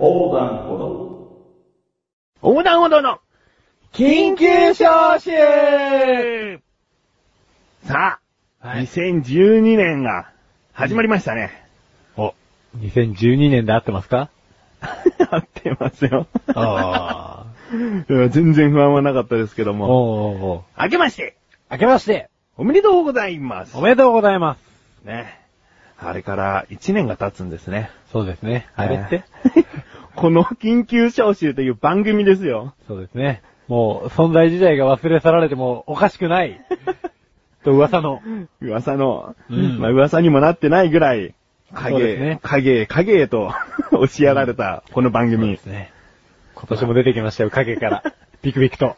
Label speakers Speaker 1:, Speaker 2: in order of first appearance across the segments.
Speaker 1: 横断歩道。
Speaker 2: 横断歩道の緊急招集さあ、
Speaker 3: はい
Speaker 2: 2012年が始まりましたね。
Speaker 3: お、2012年で合ってますか
Speaker 2: 合ってますよ。
Speaker 3: ああ。
Speaker 2: うん全然不安はなかったですけど
Speaker 3: おー
Speaker 2: も。
Speaker 3: おーおー
Speaker 2: 明けまして、
Speaker 3: 明けまして、
Speaker 2: おめでとうございます。
Speaker 3: おめでとうございます。
Speaker 2: ね。あれから1年が経つんですね。
Speaker 3: そうですね。あれって、
Speaker 2: えー この緊急招集という番組ですよ。
Speaker 3: そうですね。もう、存在自体が忘れ去られてもおかしく ない。と噂の。
Speaker 2: 噂の、
Speaker 3: うん
Speaker 2: まあ噂にもなってないぐらい、
Speaker 3: そう
Speaker 2: 影、
Speaker 3: ですね
Speaker 2: 影、影へと 押しやられた、この番組。
Speaker 3: ね。今年も出てきましたよ、影から。 ビクビクと。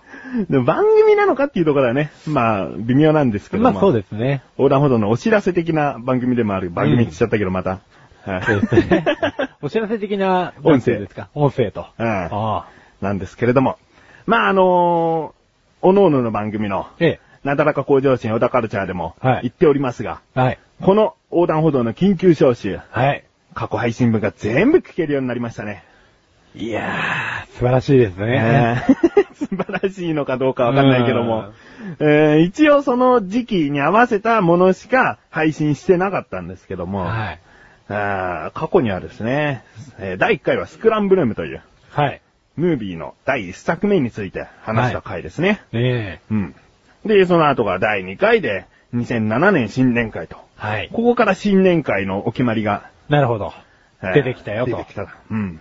Speaker 2: でも番組なのかっていうところはね、まあ、微妙なんですけども。
Speaker 3: まあそうですね。
Speaker 2: 横断歩道のお知らせ的な番組でもある。番組って言っちゃったけど、また。はい
Speaker 3: そうですね。 お知らせ的な
Speaker 2: 音声
Speaker 3: なんていうんですか音声と。
Speaker 2: うん
Speaker 3: ああ。
Speaker 2: なんですけれども。まあ、あのー、おのおのの番組の、
Speaker 3: え
Speaker 2: なだらか向上心小田カルチャーでも
Speaker 3: はい
Speaker 2: 言っておりますが、
Speaker 3: え。はい。
Speaker 2: この横断歩道の緊急招集、
Speaker 3: はい。
Speaker 2: 過去配信分が全部聞けるようになりましたね。
Speaker 3: いやー、素晴らしいですね。
Speaker 2: えー素晴らしいのかどうかわかんないけども、えー一応その時期に合わせたものしか配信してなかったんですけども、
Speaker 3: はい。
Speaker 2: あー過去にはですね、えー第1回はスクランブルームという
Speaker 3: はい。
Speaker 2: ムービーの第1作目について話した回ですね。
Speaker 3: ねえ。
Speaker 2: うん。で、その後が第2回で、2007年新年会と。
Speaker 3: はい。
Speaker 2: ここから新年会のお決まりが、
Speaker 3: なるほど。
Speaker 2: えー
Speaker 3: 出てきたよと
Speaker 2: 出てきた。うん。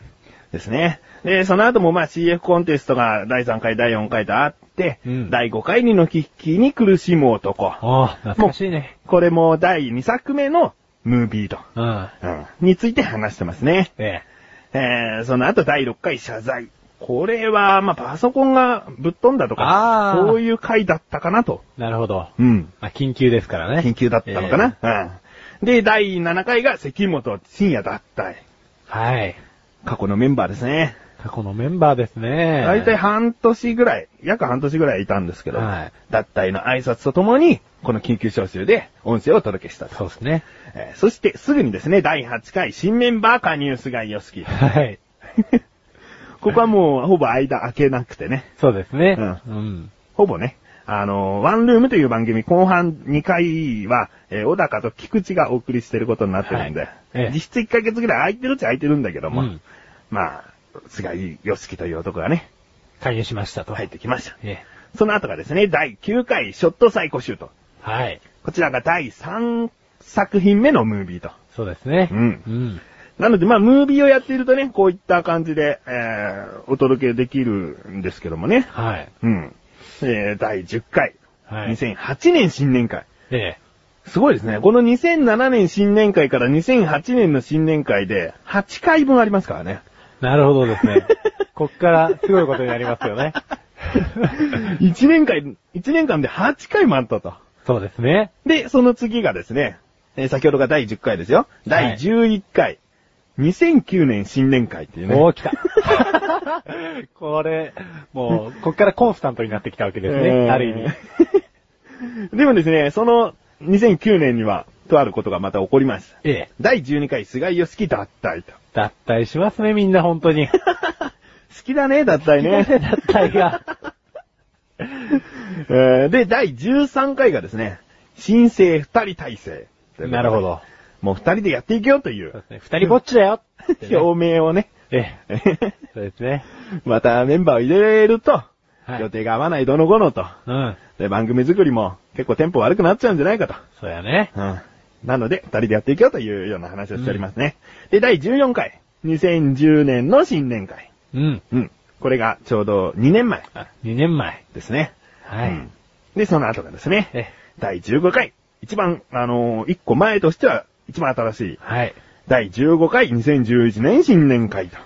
Speaker 2: ですね。で、その後もまあ CF コンテストが第3回、第4回とあって、
Speaker 3: うん
Speaker 2: 第5回にの危機に苦しむ男。
Speaker 3: ああ、懐かしいね。
Speaker 2: これも第2作目のムービーと、
Speaker 3: うん。
Speaker 2: うん、について話してますね。
Speaker 3: え
Speaker 2: えー、その後第6回謝罪。これは、まあ、パソコンがぶっ飛んだとか、
Speaker 3: あー
Speaker 2: そういう回だったかなと。
Speaker 3: え。なるほど。
Speaker 2: うん。
Speaker 3: あ、緊急ですからね。
Speaker 2: 緊急だったのかな、うん。で、第7回が関本深夜脱退。
Speaker 3: はい。
Speaker 2: 過去のメンバーですね。
Speaker 3: 過去のメンバーですね。
Speaker 2: 大体半年ぐらい、約半年ぐらいいたんですけど、
Speaker 3: はい
Speaker 2: 脱退の挨拶とともに、この緊急招集で音声をお届けしたと。
Speaker 3: そうですね。
Speaker 2: えーそしてすぐにですね、第8回新メンバー加入菅井良樹。
Speaker 3: はい。
Speaker 2: ここはもうほぼ間開けなくてね、
Speaker 3: そうですね。
Speaker 2: う
Speaker 3: うん。
Speaker 2: ほぼね、あのーワンルームという番組後半2回は、えー小高と菊池がお送りしてることになってるんで、
Speaker 3: はいええ
Speaker 2: 実質1ヶ月ぐらい空いてるっちゃ空いてるんだけども、
Speaker 3: うん
Speaker 2: まあ、菅井良樹という男がね、
Speaker 3: 加入しましたと。
Speaker 2: 入っ。てきました。
Speaker 3: ええ。
Speaker 2: その後がですね、第9回ショットサイコシュート。
Speaker 3: はい。
Speaker 2: こちらが第3作品目のムービーと。
Speaker 3: そうですね。
Speaker 2: うん
Speaker 3: うん。
Speaker 2: なので、まあ、ムービーをやっているとね、こういった感じで、えー、お届けできるんですけどもね。
Speaker 3: はい。
Speaker 2: うん。えー、第10回。
Speaker 3: はい
Speaker 2: 2008年新年会。
Speaker 3: ええ。
Speaker 2: すごいですね。この2007年新年会から2008年の新年会で、8回分ありますから ね。
Speaker 3: なるほどです ね。こっからすごいことになりますよね。
Speaker 2: 1年間、1年間で8回もあったと。
Speaker 3: そうですね。
Speaker 2: で、その次がですね、えー先ほどが第10回ですよ。第11回。2009年新年会っていうね。
Speaker 3: おー、来た。 これ、もう、こっからコンスタントになってきたわけですね。
Speaker 2: えー
Speaker 3: ある意味。
Speaker 2: でもですね、その2009年には、とあることがまた起こりました。
Speaker 3: ええ。
Speaker 2: 第12回菅井良樹脱退と。
Speaker 3: 脱退しますね、みんな、本当に。
Speaker 2: 好きだね、脱退ね。
Speaker 3: 脱退が。
Speaker 2: えーで、第13回がですね、新生二人体制。
Speaker 3: なるほ。ど。
Speaker 2: もう二人でやっていけよとい
Speaker 3: そう
Speaker 2: う
Speaker 3: ですね。二人ぼっちだ よ。ってね
Speaker 2: 表明をね、
Speaker 3: ええ。そうですね。
Speaker 2: またメンバーを入れると、
Speaker 3: はい
Speaker 2: 予定が合わないどの子のと。
Speaker 3: うん。
Speaker 2: で、番組作りも結構テンポ悪くなっちゃうんじゃないかと。
Speaker 3: そうやね。
Speaker 2: うん。なので、二人でやっていけよというような話をしておりますね。で、第14回。2010年の新年会。
Speaker 3: うん。
Speaker 2: うん。これがちょうど2年前
Speaker 3: あ、2年前。
Speaker 2: ですね。
Speaker 3: はい。
Speaker 2: うんで、その後がですね、
Speaker 3: え
Speaker 2: 第15回。一番、あのー、一個前としては一番新しい。
Speaker 3: はい。
Speaker 2: 第15回2011年新年会と。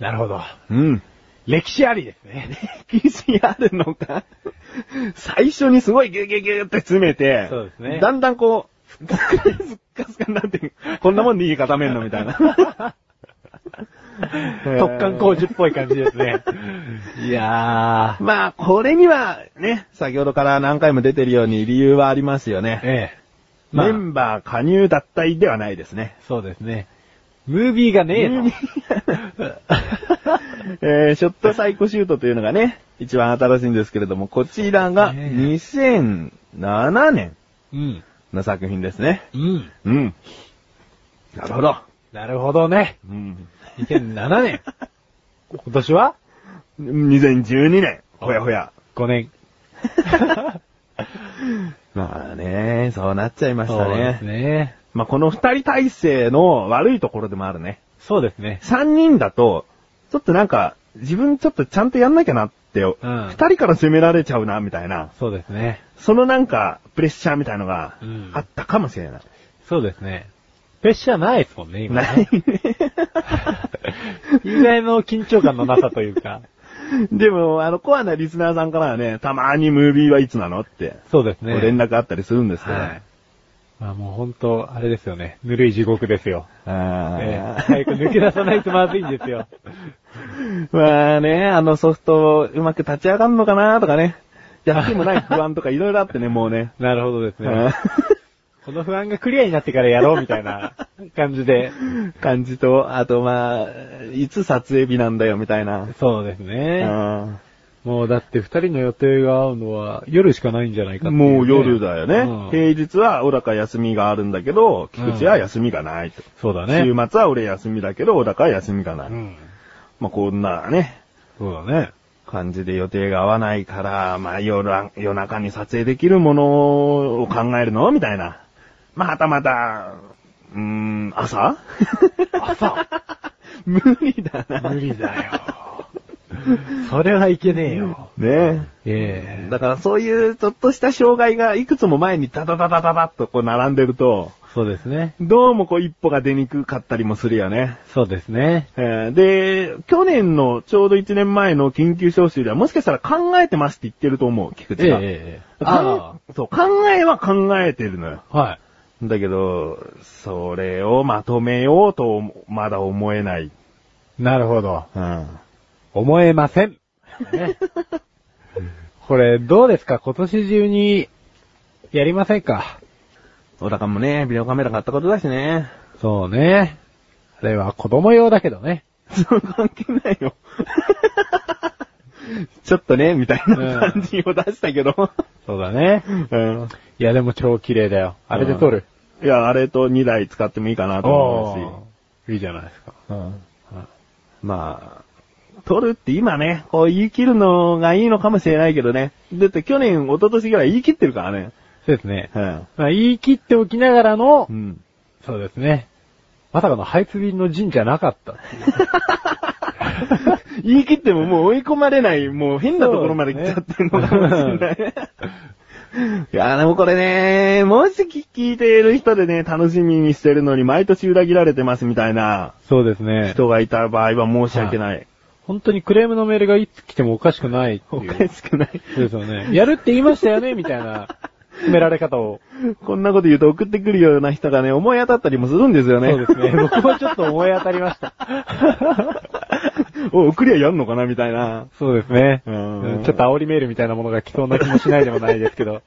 Speaker 3: なるほど。
Speaker 2: うん。
Speaker 3: 歴史ありですね。
Speaker 2: 歴史あるのか最初にすごいギュギュギュって詰めて、
Speaker 3: そうですね
Speaker 2: だんだんこう、ふっかすかに、ふっかすかになって、こんなもんでいい固めんのみたいな。
Speaker 3: 特艦工事っぽい感じですね。 いやー。
Speaker 2: まあ、これにはね、先ほどから何回も出てるように理由はありますよね。
Speaker 3: ええ。まあ
Speaker 2: メンバー加入脱退ではないですね。
Speaker 3: そうですね。ムービーがねえの。
Speaker 2: えー、ショットサイコシュートというのがね、一番新しいんですけれども、こちらが
Speaker 3: ね
Speaker 2: 2007年
Speaker 3: うん。
Speaker 2: の作品ですね。
Speaker 3: うん。
Speaker 2: うん。なるほど。
Speaker 3: なるほどね。
Speaker 2: うん。
Speaker 3: 2007年。 今年は
Speaker 2: 2012年、ほやほ や。
Speaker 3: ?5 年。
Speaker 2: まあね、そうなっちゃいました
Speaker 3: そうで
Speaker 2: ね。
Speaker 3: すね。
Speaker 2: まあこの二人体制の悪いところでもあるね。
Speaker 3: そうですね。
Speaker 2: 三人だと、ちょっとなんか、自分ちょっとちゃんとやんなきゃなって、二、
Speaker 3: ん
Speaker 2: 人から責められちゃうな、みたいな。
Speaker 3: そうですね。
Speaker 2: そのなんか、プレッシャーみたいのが
Speaker 3: うん
Speaker 2: あったかもしれない。
Speaker 3: そうですね。プレッシャーないですもんね、今ね。
Speaker 2: ない ね
Speaker 3: 意外の緊張感のなさというか。
Speaker 2: でも、あの、コアなリスナーさんからはね、たまにムービーはいつなのって、
Speaker 3: そうです
Speaker 2: こう
Speaker 3: ね。
Speaker 2: 連絡あったりするんですけど。
Speaker 3: はい。まあもう本当、あれですよね。ぬるい地獄ですよ。
Speaker 2: あー
Speaker 3: ええ早く抜け出さないとまずいんですよ。
Speaker 2: まあね、あのソフト、うまく立ち上がるのかなとかね。やってもない不安とかいろいろあってね、もうね。
Speaker 3: なるほどです
Speaker 2: う
Speaker 3: ね。この不安がクリアになってからやろうみたいな 感じで。
Speaker 2: ん感じと、あとまあ、いつ撮影日なんだよ、みたいな。
Speaker 3: そうですね。もうだって二人の予定が合うのは夜しかないんじゃないか
Speaker 2: う
Speaker 3: って
Speaker 2: ん
Speaker 3: い
Speaker 2: もう夜だよね。
Speaker 3: うん
Speaker 2: 平日は小高休みがあるんだけど、菊池は休みがないと。
Speaker 3: そうだね。
Speaker 2: 週末は俺休みだけど、小高は休みがない。
Speaker 3: うん。
Speaker 2: まあこんなね、
Speaker 3: そうだね。
Speaker 2: 感じで予定が合わないから、まあ夜、夜中に撮影できるものを考えるのみたいな。まあ、はたまた、うーん、朝
Speaker 3: 朝
Speaker 2: 無理だな。
Speaker 3: 無理だよ。 それはいけねえよ。
Speaker 2: ね
Speaker 3: え
Speaker 2: え。
Speaker 3: え
Speaker 2: だからそういうちょっとした障害がいくつも前にダダダダダダッとこう並んでると、
Speaker 3: そうですね。
Speaker 2: どうもこう一歩が出にくかったりもするよね。
Speaker 3: そうですね。
Speaker 2: えーで、去年のちょうど1年前の緊急招集ではもしかしたら考えてますって言ってると思う、菊池が。
Speaker 3: え
Speaker 2: か
Speaker 3: あ
Speaker 2: んそう、考えは考えてるのよ。
Speaker 3: あ。はい。
Speaker 2: だけど、それをまとめようとも、まだ思えない。
Speaker 3: なるほど。
Speaker 2: うん。
Speaker 3: 思えません。ね これ、どうですか今年中に、やりませんか
Speaker 2: 小高もね、ビデオカメラ買ったことだしね。
Speaker 3: そうね。あれは子供用だけどね。
Speaker 2: そう、関係ないよ。 ちょっとね、みたいな感じを出したけど。
Speaker 3: そうだね。
Speaker 2: うん。
Speaker 3: いや、でも超綺麗だよ。あれで撮る。
Speaker 2: いや、あれと2台使ってもいいかなと思
Speaker 3: ーいいじゃないですか。
Speaker 2: うし。うん。
Speaker 3: うん
Speaker 2: まあ、撮るって今ね、こう言い切るのがいいのかもしれないけどね。だって去年、一昨年ぐらい言い切ってるからね。
Speaker 3: そうですね。
Speaker 2: うん。
Speaker 3: まあ、言い切っておきながらの
Speaker 2: う、ん。
Speaker 3: そうですね。まさかの配布便の陣じゃなかったっていう。
Speaker 2: 言い切ってももう追い込まれない、もう変なところまで来ちゃってるのかもしれない。 いやーでもこれね、もし聞聞いている人でね、楽しみにしてるのに毎年裏切られてますみたいな
Speaker 3: そうですね。
Speaker 2: 人がいた場合は申し訳ない。
Speaker 3: 本当にクレームのメールがいつ来てもおかしくないって
Speaker 2: お
Speaker 3: いう。
Speaker 2: かしくない。
Speaker 3: そうですよね。やるって言いましたよねみたいな、詰められ方を。
Speaker 2: こんなこと言うと送ってくるような人がね、思い当たったりもするんですよね。
Speaker 3: そうですね。 僕もちょっと思い当たりました。
Speaker 2: お、送りゃやんのかなみたいな。
Speaker 3: そうですね。
Speaker 2: う
Speaker 3: うんんちょっと煽りメールみたいなものが来そうな気もしないでもないですけど。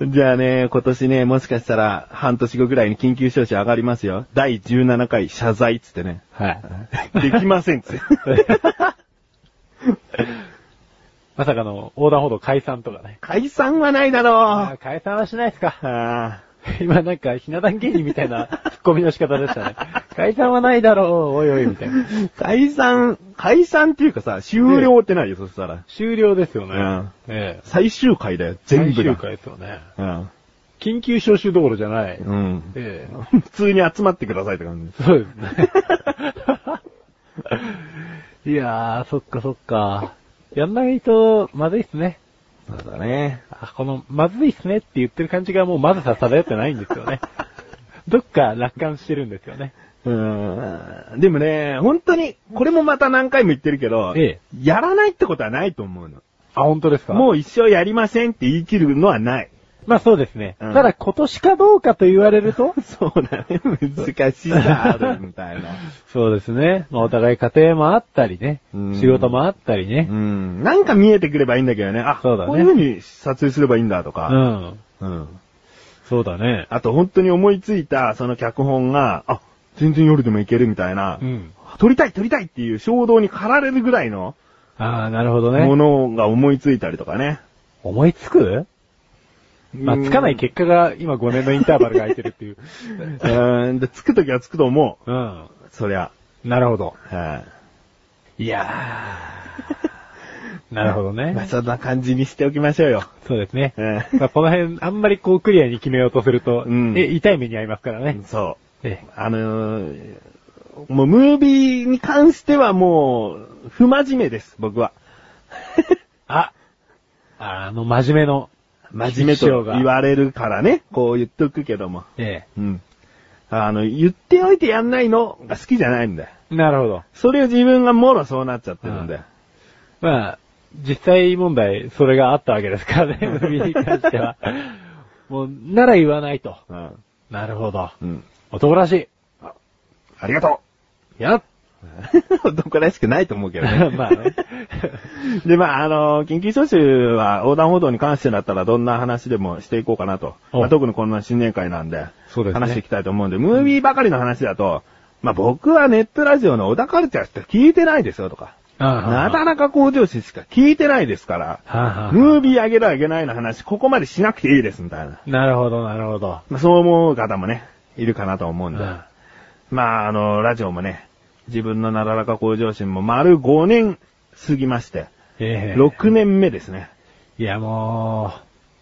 Speaker 2: じゃあね、今年ね、もしかしたら半年後ぐらいに緊急招集上がりますよ。第17回謝罪っつってね。
Speaker 3: は い。
Speaker 2: できませんっつって。
Speaker 3: まさかの横断歩道解散とかね。
Speaker 2: 解散はないだろう。
Speaker 3: あ
Speaker 2: あ
Speaker 3: 解散はしないですか。
Speaker 2: あ
Speaker 3: 今なんか、ひな壇芸人みたいな ツッコミの仕方でしたね。解散はないだろう、おいおい、みたいな。
Speaker 2: 解散、解散っていうかさ、終了ってないよ、そしたら。
Speaker 3: 終了ですよね。
Speaker 2: うん
Speaker 3: ええ。
Speaker 2: 最終回だよ、全部
Speaker 3: 最
Speaker 2: が。
Speaker 3: 終回ですよね。
Speaker 2: うん。
Speaker 3: 緊急招集どころじゃない。
Speaker 2: うん。
Speaker 3: ええ。
Speaker 2: 普通に集まってくださいって感じ。
Speaker 3: そうですね。 いやー、そっかそっか。やんないと、まずいっすね。
Speaker 2: そうだね。
Speaker 3: あ、この、まずいっすねって言ってる感じがもうまずさ漂ってないんです よね。どっか楽観してるんですよね。
Speaker 2: うん。でもね、本当に、これもまた何回も言ってるけど、
Speaker 3: ええ
Speaker 2: やらないってことはないと思うの。
Speaker 3: あ、本当ですかも
Speaker 2: も
Speaker 3: う、
Speaker 2: う一生やりませんって言い切るのはない。
Speaker 3: まあそうですね。
Speaker 2: うん
Speaker 3: ただ今年かどうかと言われると
Speaker 2: そうだね。難しいな、あるみたいな。
Speaker 3: そうですね。まあお互い家庭もあったりね
Speaker 2: うん。
Speaker 3: 仕事もあったりね
Speaker 2: う。ん。なんか見えてくればいいんだけどね。あ、
Speaker 3: そうだね
Speaker 2: こういう風に撮影すればいいんだと
Speaker 3: う
Speaker 2: か。
Speaker 3: ん。
Speaker 2: うん。
Speaker 3: そうだね。
Speaker 2: あと本当に思いついた、その脚本が、あ、全然夜でも行けるみたいな、
Speaker 3: うん。
Speaker 2: 撮りたい撮りたいっていう衝動に駆られるぐらいの
Speaker 3: ああ、なるほど
Speaker 2: も
Speaker 3: ね。
Speaker 2: のが思いついたりとかね。
Speaker 3: 思いつくまあ、
Speaker 2: うん
Speaker 3: つかない結果が今5年のインターバルが空いて るっていう。
Speaker 2: うーん、で、つくときはつくと思
Speaker 3: うん。
Speaker 2: う。そりゃ。
Speaker 3: なるほど。
Speaker 2: はい
Speaker 3: やー。 なるほど
Speaker 2: い。まあ、
Speaker 3: ね。
Speaker 2: そんな感じにしておきましょうよ。
Speaker 3: そうですね。
Speaker 2: え
Speaker 3: まあ、この辺、あんまりこうクリアに決めようとすると、
Speaker 2: うん
Speaker 3: え痛い目に遭いますからね
Speaker 2: え。そ
Speaker 3: え
Speaker 2: う。あのーもうムービーに関してはもう、不真面目です、僕は。
Speaker 3: あ、あの、真面目の、
Speaker 2: 真面目と言われるからね、こう言っとくけども。
Speaker 3: え
Speaker 2: うん。あの、言っておいてやんないのが好きじゃないんだよ。
Speaker 3: え。なるほど。
Speaker 2: それを自分がもろそうなっちゃってるんだよ。
Speaker 3: まあ、実際問題、それがあったわけですからね、ム ービーに関しては。もう、なら言わないと。
Speaker 2: うん。
Speaker 3: なるほど。
Speaker 2: うん。
Speaker 3: 男らし
Speaker 2: ありがと
Speaker 3: い。やっ
Speaker 2: う男らしくないと思うけど ね。
Speaker 3: まあね。
Speaker 2: で、まあ、あの、緊急招集は横断歩道に関してだったらどんな話でもしていこうかなと。
Speaker 3: お
Speaker 2: まあ、特にこんな新年会なんで、
Speaker 3: そうですね
Speaker 2: 話していきたいと思うんで、ムービーばかりの話だと、まあ、僕はネットラジオの小田カルチャーって聞いてないですよとか、なか
Speaker 3: だ
Speaker 2: なか向上心しか聞いてないですから、
Speaker 3: はあは
Speaker 2: ムービーあげるあげないの話、ここまでしなくていいですみたいな。
Speaker 3: あ、なるほど、なるほど。
Speaker 2: まあ、そう思う方もね、いるかなと思うんで。
Speaker 3: あ
Speaker 2: まあ、あの、ラジオもね、自分のなだらか向上心も丸5年過ぎまして、
Speaker 3: ええ
Speaker 2: 6年目ですね。
Speaker 3: いや、もう、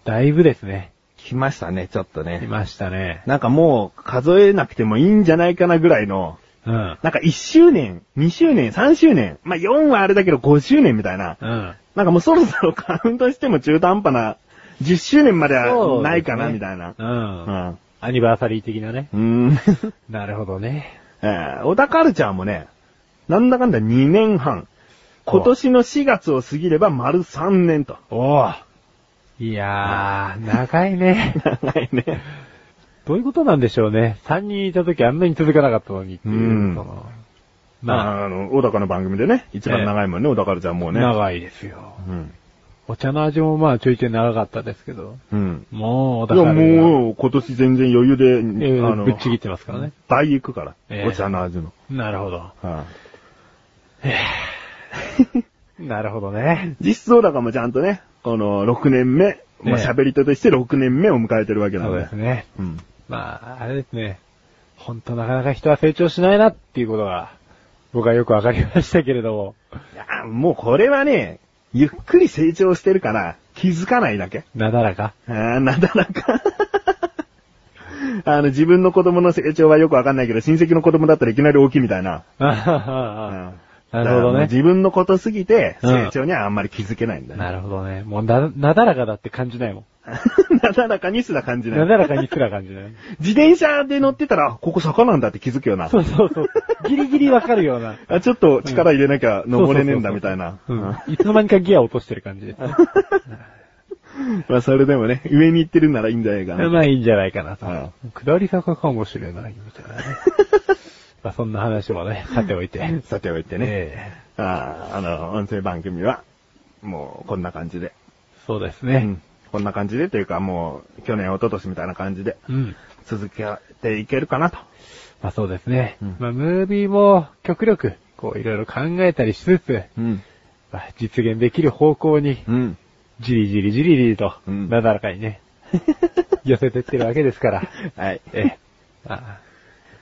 Speaker 3: だいぶですね。
Speaker 2: 来ましたね、ちょっと
Speaker 3: い
Speaker 2: ね。
Speaker 3: ましたね。
Speaker 2: なんかもう数えなくてもいいんじゃないかなぐらいの、
Speaker 3: うん。
Speaker 2: なんか1周年、2周年、3周年、まあ4はあれだけど5周年みたいな。
Speaker 3: うん。
Speaker 2: なんかもうそろそろカウントしても中途半端な10周年まではないかな、みたいな。
Speaker 3: うん、
Speaker 2: うん。
Speaker 3: アニバーサリー的なね。
Speaker 2: うん。
Speaker 3: なるほどね。
Speaker 2: えー小田カルチャーもね、なんだかんだ2年半。今年の4月を過ぎれば丸3年と。
Speaker 3: おお。いやー、長いね。
Speaker 2: 長いね。
Speaker 3: どういうことなんでしょうね。3人いた時あんなに続かなかったのにっていう。
Speaker 2: うん
Speaker 3: そのまあ、
Speaker 2: まあ、あの、小高の番組でね、一番長いもんね、小高ルチャーもうね。
Speaker 3: 長いですよ。
Speaker 2: うん。
Speaker 3: お茶の味もまあちょいちょい長かったですけど。
Speaker 2: うん。
Speaker 3: もう、
Speaker 2: い
Speaker 3: だか
Speaker 2: や、
Speaker 3: ら。
Speaker 2: もう、今年全然余裕で、
Speaker 3: えー
Speaker 2: あの、
Speaker 3: ぶっちぎってますからね。
Speaker 2: 倍いくから、
Speaker 3: ええ
Speaker 2: お茶の味の。
Speaker 3: なるほど。
Speaker 2: はい
Speaker 3: なるほどね。
Speaker 2: 実質小高もちゃんとね、この、6年目、まあ、
Speaker 3: ええ
Speaker 2: 喋り手として6年目を迎えてるわけな
Speaker 3: そ
Speaker 2: の
Speaker 3: う
Speaker 2: で。
Speaker 3: ですね。
Speaker 2: うん。
Speaker 3: まあ、あれですね。ほんとなかなか人は成長しないなっていうことが、僕はよくわかりましたけれども。
Speaker 2: いや、もうこれはね、ゆっくり成長してるから、気づかないだけ。
Speaker 3: なだらか。
Speaker 2: あーなだらか。 あの、自分の子供の成長はよくわかんないけど、親戚の子供だったらいきなり大きいみたいな。
Speaker 3: あは
Speaker 2: う
Speaker 3: はは
Speaker 2: んだ
Speaker 3: なるほ
Speaker 2: から
Speaker 3: ど
Speaker 2: もう
Speaker 3: ね。
Speaker 2: 自分のことすぎて、
Speaker 3: うん
Speaker 2: 成長にはあんまり気づけないんだね。
Speaker 3: なるほどね。もうな、なだらかだって感じないもん。
Speaker 2: なだらかにすら感じな。
Speaker 3: ないだらかにすら感じない。
Speaker 2: 自転車で乗ってたら、あここ坂なんだって気づくよな
Speaker 3: そ。うそうそう。ギリギリわかるような。
Speaker 2: あちょっと力入れなきゃ登れねえんだみたいな。
Speaker 3: う
Speaker 2: うんん。
Speaker 3: いつの間にかギア落としてる感じです。
Speaker 2: まあそれでもね、上に行ってるならいいんじゃないかな。
Speaker 3: まあいいんじゃないかなと
Speaker 2: う。
Speaker 3: 下り坂かもしれないみたいな ね。まあそんな話もね、さておいて。ね
Speaker 2: さておいてね。
Speaker 3: え
Speaker 2: あーあの、音声番組は、もう、こんな感じで。
Speaker 3: そうです
Speaker 2: う
Speaker 3: ね。
Speaker 2: ん。こんな感じでというか、もう、去年、一昨年みたいな感じで、
Speaker 3: うん。
Speaker 2: 続けていけるかなと。
Speaker 3: まあそうですね
Speaker 2: うん。
Speaker 3: まあムービーも極力、こういろいろ考えたりしつつ、
Speaker 2: うん。
Speaker 3: まあ実現できる方向に、
Speaker 2: うん。
Speaker 3: じりじりじりじりと、
Speaker 2: うん
Speaker 3: なだらかに ね、寄せてってるわけですから。
Speaker 2: はい。
Speaker 3: ええ。ああ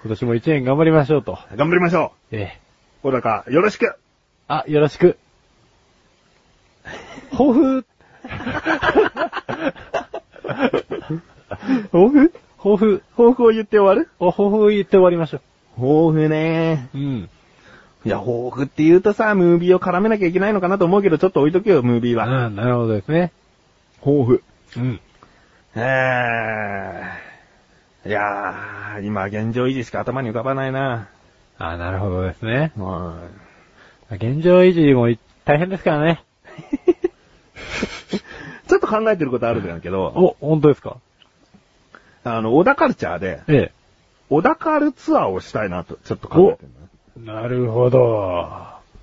Speaker 3: 今年も一年頑張りましょうと。
Speaker 2: 頑張りましょ
Speaker 3: ええ。
Speaker 2: う小高、よろしく
Speaker 3: あ、よろし く。抱 負、
Speaker 2: 抱負
Speaker 3: 抱負、
Speaker 2: 抱負を言って終わる
Speaker 3: お、抱負言って終わりましょ
Speaker 2: 抱負ね
Speaker 3: う。うん。
Speaker 2: いや、抱負って言うとさ、ムービーを絡めなきゃいけないのかなと思うけど、ちょっと置いとけよ、ムービーは。
Speaker 3: ああ、なるほどですね。
Speaker 2: 抱負。
Speaker 3: うん。
Speaker 2: えー。いやー、今、現状維持しか頭に浮かばないな
Speaker 3: ああ、なるほどですね。
Speaker 2: うん。
Speaker 3: 現状維持もい大変ですからね。
Speaker 2: ちょっと考えてることあるんだけど、
Speaker 3: お、本当ですか
Speaker 2: あの、小田カルチャーで、
Speaker 3: え
Speaker 2: 小田カルツアーをしたいなと、ちょっと考えてるのね。
Speaker 3: え。なるほど。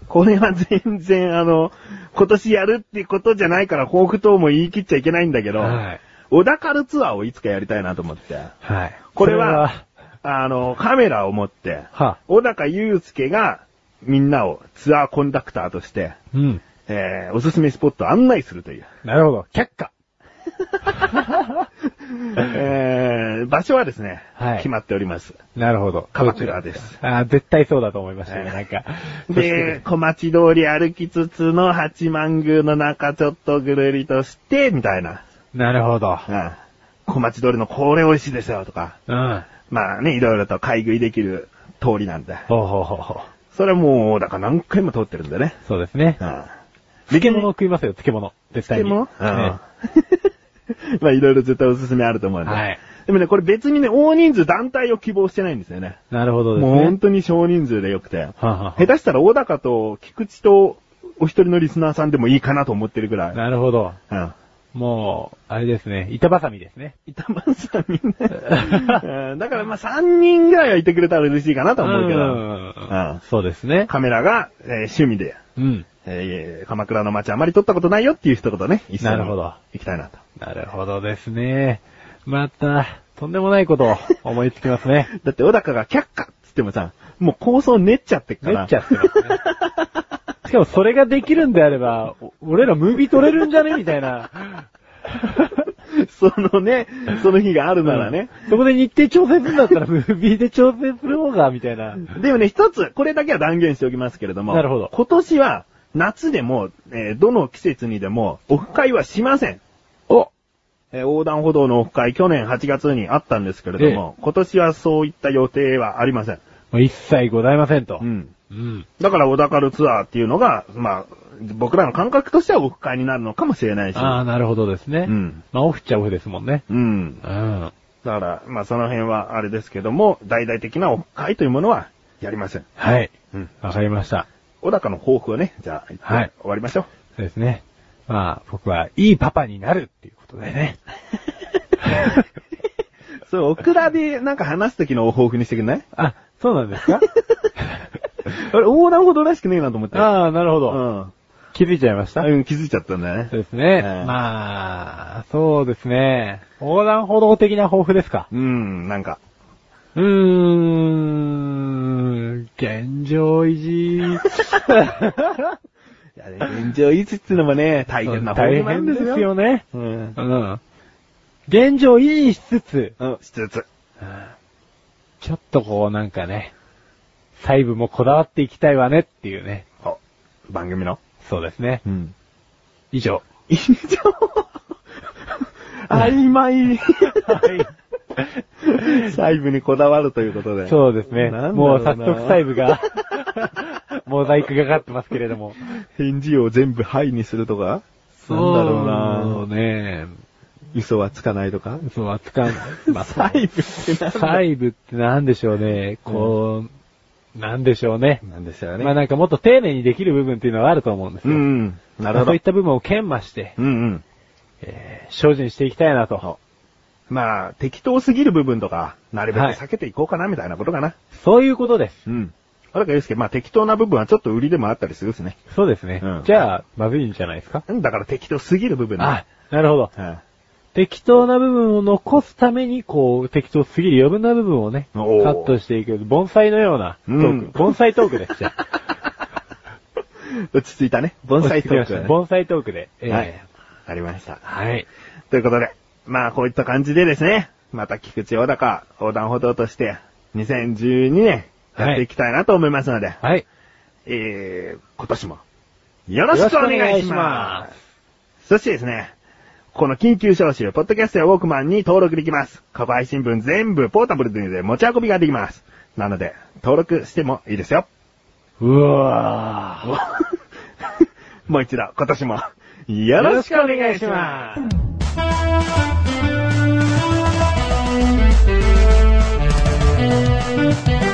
Speaker 2: これは全然、あの、今年やるってことじゃないから、抱負とも言い切っちゃいけないんだけど、
Speaker 3: はい。
Speaker 2: 小田カルツアーをいつかやりたいなと思って。
Speaker 3: はい。
Speaker 2: これは、あの、カメラを持って、
Speaker 3: は
Speaker 2: 小高祐介がみんなをツアーコンダクターとして、
Speaker 3: うん。
Speaker 2: えー、おすすめスポットを案内するという。
Speaker 3: なるほど。却下。
Speaker 2: えー、場所はですね、
Speaker 3: はい
Speaker 2: 決まっております。
Speaker 3: なるほど。
Speaker 2: 鎌倉です。
Speaker 3: あー絶対そうだと思いました
Speaker 2: は
Speaker 3: ね、
Speaker 2: い
Speaker 3: なんか。
Speaker 2: で、小町通り歩きつつの八幡宮の中ちょっとぐるりとして、みたいな。
Speaker 3: なるほど。
Speaker 2: うん小町通りのこれ美味しいですよとか。
Speaker 3: うん。
Speaker 2: まあね、いろいろと買い食いできる通りなんで。
Speaker 3: ほうほうほうほう。
Speaker 2: それはもう、だから何回も通ってるんでね。
Speaker 3: そうですね。
Speaker 2: うん。
Speaker 3: 漬物を食いますよ、漬物。絶対
Speaker 2: で
Speaker 3: に。
Speaker 2: も、うん。
Speaker 3: ね
Speaker 2: まあいろいろ絶対おすすめあると思うんで。
Speaker 3: はい。
Speaker 2: でもね、これ別にね、大人数団体を希望してないんですよね。
Speaker 3: なるほどですね。
Speaker 2: もう本当に少人数でよくて。
Speaker 3: はあはあ
Speaker 2: 下手したら小高と菊池とお一人のリスナーさんでもいいかなと思ってるぐらい。
Speaker 3: なるほど。
Speaker 2: うん。
Speaker 3: もう、あれですね。板挟みですね。
Speaker 2: 板間さんみんな。 うんだからまあ3人ぐらいはいてくれたら嬉しいかなと思うけ
Speaker 3: ん
Speaker 2: ど。
Speaker 3: ん
Speaker 2: うん
Speaker 3: そうですね。
Speaker 2: カメラが、えー趣味で、
Speaker 3: うん。
Speaker 2: えー鎌倉の街あまり撮ったことないよっていう人とね、一緒
Speaker 3: な
Speaker 2: に
Speaker 3: るほど
Speaker 2: 行きたいなと。
Speaker 3: なるほどですね。また、とんでもないことを思いつきますね。
Speaker 2: だって小高が却下っつってもさ、もう構想練っちゃ ってっか
Speaker 3: め
Speaker 2: ら。
Speaker 3: っちゃってますね。しかもそれができるんであれば、お俺らムービー撮れるんじゃねみた いな。
Speaker 2: そのね、その日があるならね。
Speaker 3: そこで日程調整するんだったらムービーで調整する方が、みたいな。
Speaker 2: でもね、一つ、これだけは断言しておきますけれども。
Speaker 3: なるほど
Speaker 2: 今年は、夏でも、えーどの季節にでも、オフ会はしません。
Speaker 3: お
Speaker 2: えー横断歩道のオフ会、去年8月にあったんですけれども、今年はそういった予定はありません。
Speaker 3: 一切ございませんと。
Speaker 2: うん。
Speaker 3: うん。
Speaker 2: だから、小高るツアーっていうのが、まあ、僕らの感覚としてはオフ会になるのかもしれないし。
Speaker 3: ああ、なるほどですね。
Speaker 2: うん
Speaker 3: まあ、オフっちゃオフですもんね。
Speaker 2: うん。
Speaker 3: うん。
Speaker 2: だから、まあ、その辺はあれですけども、大々的なオフ会というものは、やりません。
Speaker 3: はい。
Speaker 2: うん。
Speaker 3: わかりました。
Speaker 2: 小高の抱負をね、じゃあ、言って
Speaker 3: はい
Speaker 2: 終わりましょう。
Speaker 3: そうですね。まあ、僕はいいパパになるっていうことでね。
Speaker 2: そう、オクラでなんか話す時の抱負にしてくんない
Speaker 3: あ、そうなんですか
Speaker 2: あれ、横断歩道らしくねえなと思って。
Speaker 3: ああ、なるほど。
Speaker 2: うん。
Speaker 3: 気づいちゃいました
Speaker 2: うん、気づいちゃったんだね
Speaker 3: そ。うですね。
Speaker 2: ええ
Speaker 3: まあ、そうですね。横断歩道的な抱負ですか。
Speaker 2: うん、なんか。
Speaker 3: うーん、現状維持。
Speaker 2: いや、現状維持っていうのもね、大変な抱負
Speaker 3: 大
Speaker 2: なん
Speaker 3: 変
Speaker 2: で
Speaker 3: です
Speaker 2: よ。
Speaker 3: すよね。
Speaker 2: うん
Speaker 3: う。ん。現状維持しつつ、
Speaker 2: うん、しつつ。
Speaker 3: ちょっとこうなんかね、細部もこだわっていきたいわねっていうね。
Speaker 2: お、番組の。
Speaker 3: そうですね。
Speaker 2: うん。
Speaker 3: 以上。
Speaker 2: 以上。 曖昧。 細部にこだわるということで。
Speaker 3: そうですね。
Speaker 2: なんだ
Speaker 3: も
Speaker 2: ろ
Speaker 3: う
Speaker 2: うな
Speaker 3: 早速細 部が、モザイクがかってますけれども。
Speaker 2: 返事を全部はいにするとかなんだろう
Speaker 3: そう
Speaker 2: な
Speaker 3: ね。
Speaker 2: 嘘はつかないとか
Speaker 3: そう、 扱う。まあ、
Speaker 2: 細部ってなんだ
Speaker 3: 細部ってなんでしょうね。こう、なんでしょうね。
Speaker 2: なんでしたよね。
Speaker 3: まあなんかもっと丁寧にできる部分っていうのはあると思うんです
Speaker 2: う
Speaker 3: よ。
Speaker 2: ん。なる
Speaker 3: まあ
Speaker 2: ほ
Speaker 3: そ
Speaker 2: ど
Speaker 3: ういっ。た部分を研磨して、
Speaker 2: うんうん。
Speaker 3: えー精進していきたいなと。
Speaker 2: まあ、適当すぎる部分とか、なるべく
Speaker 3: はい
Speaker 2: 避けていこうかな、みたいなことかな。
Speaker 3: そういうことです。
Speaker 2: うん。小高祐介、まあ適当な部分はちょっと売りでもあったりするですね。
Speaker 3: そうですね。
Speaker 2: うん
Speaker 3: じゃあ、まずいんじゃないですか、
Speaker 2: うんだから適当すぎる部分ね
Speaker 3: あ、なるほど。
Speaker 2: は
Speaker 3: 適当な部分を残すために、こう、適当すぎる余分な部分をね、カ
Speaker 2: おー
Speaker 3: ットしていく。盆栽のようなトーク。
Speaker 2: うん
Speaker 3: 盆栽トークです。じゃあ。
Speaker 2: い。落ち着いたね。 盆栽トーク、ね。
Speaker 3: 盆栽トークで。えー
Speaker 2: はい。ありました。
Speaker 3: はい。
Speaker 2: ということで、まあこういった感じでですね、また菊池小高横断歩道として、2012年、やっていきたいなと思いますので、
Speaker 3: はい。
Speaker 2: えー、今年も、よろしくお願いします。そしてですね、この緊急招集、ポッドキャストやウォークマンに登録できます。カバー新聞全部ポータブルで持ち運びができます。なので、登録してもいいです よ。
Speaker 3: うわー。
Speaker 2: もう一度、今年も、よろしくお願いします。
Speaker 3: す。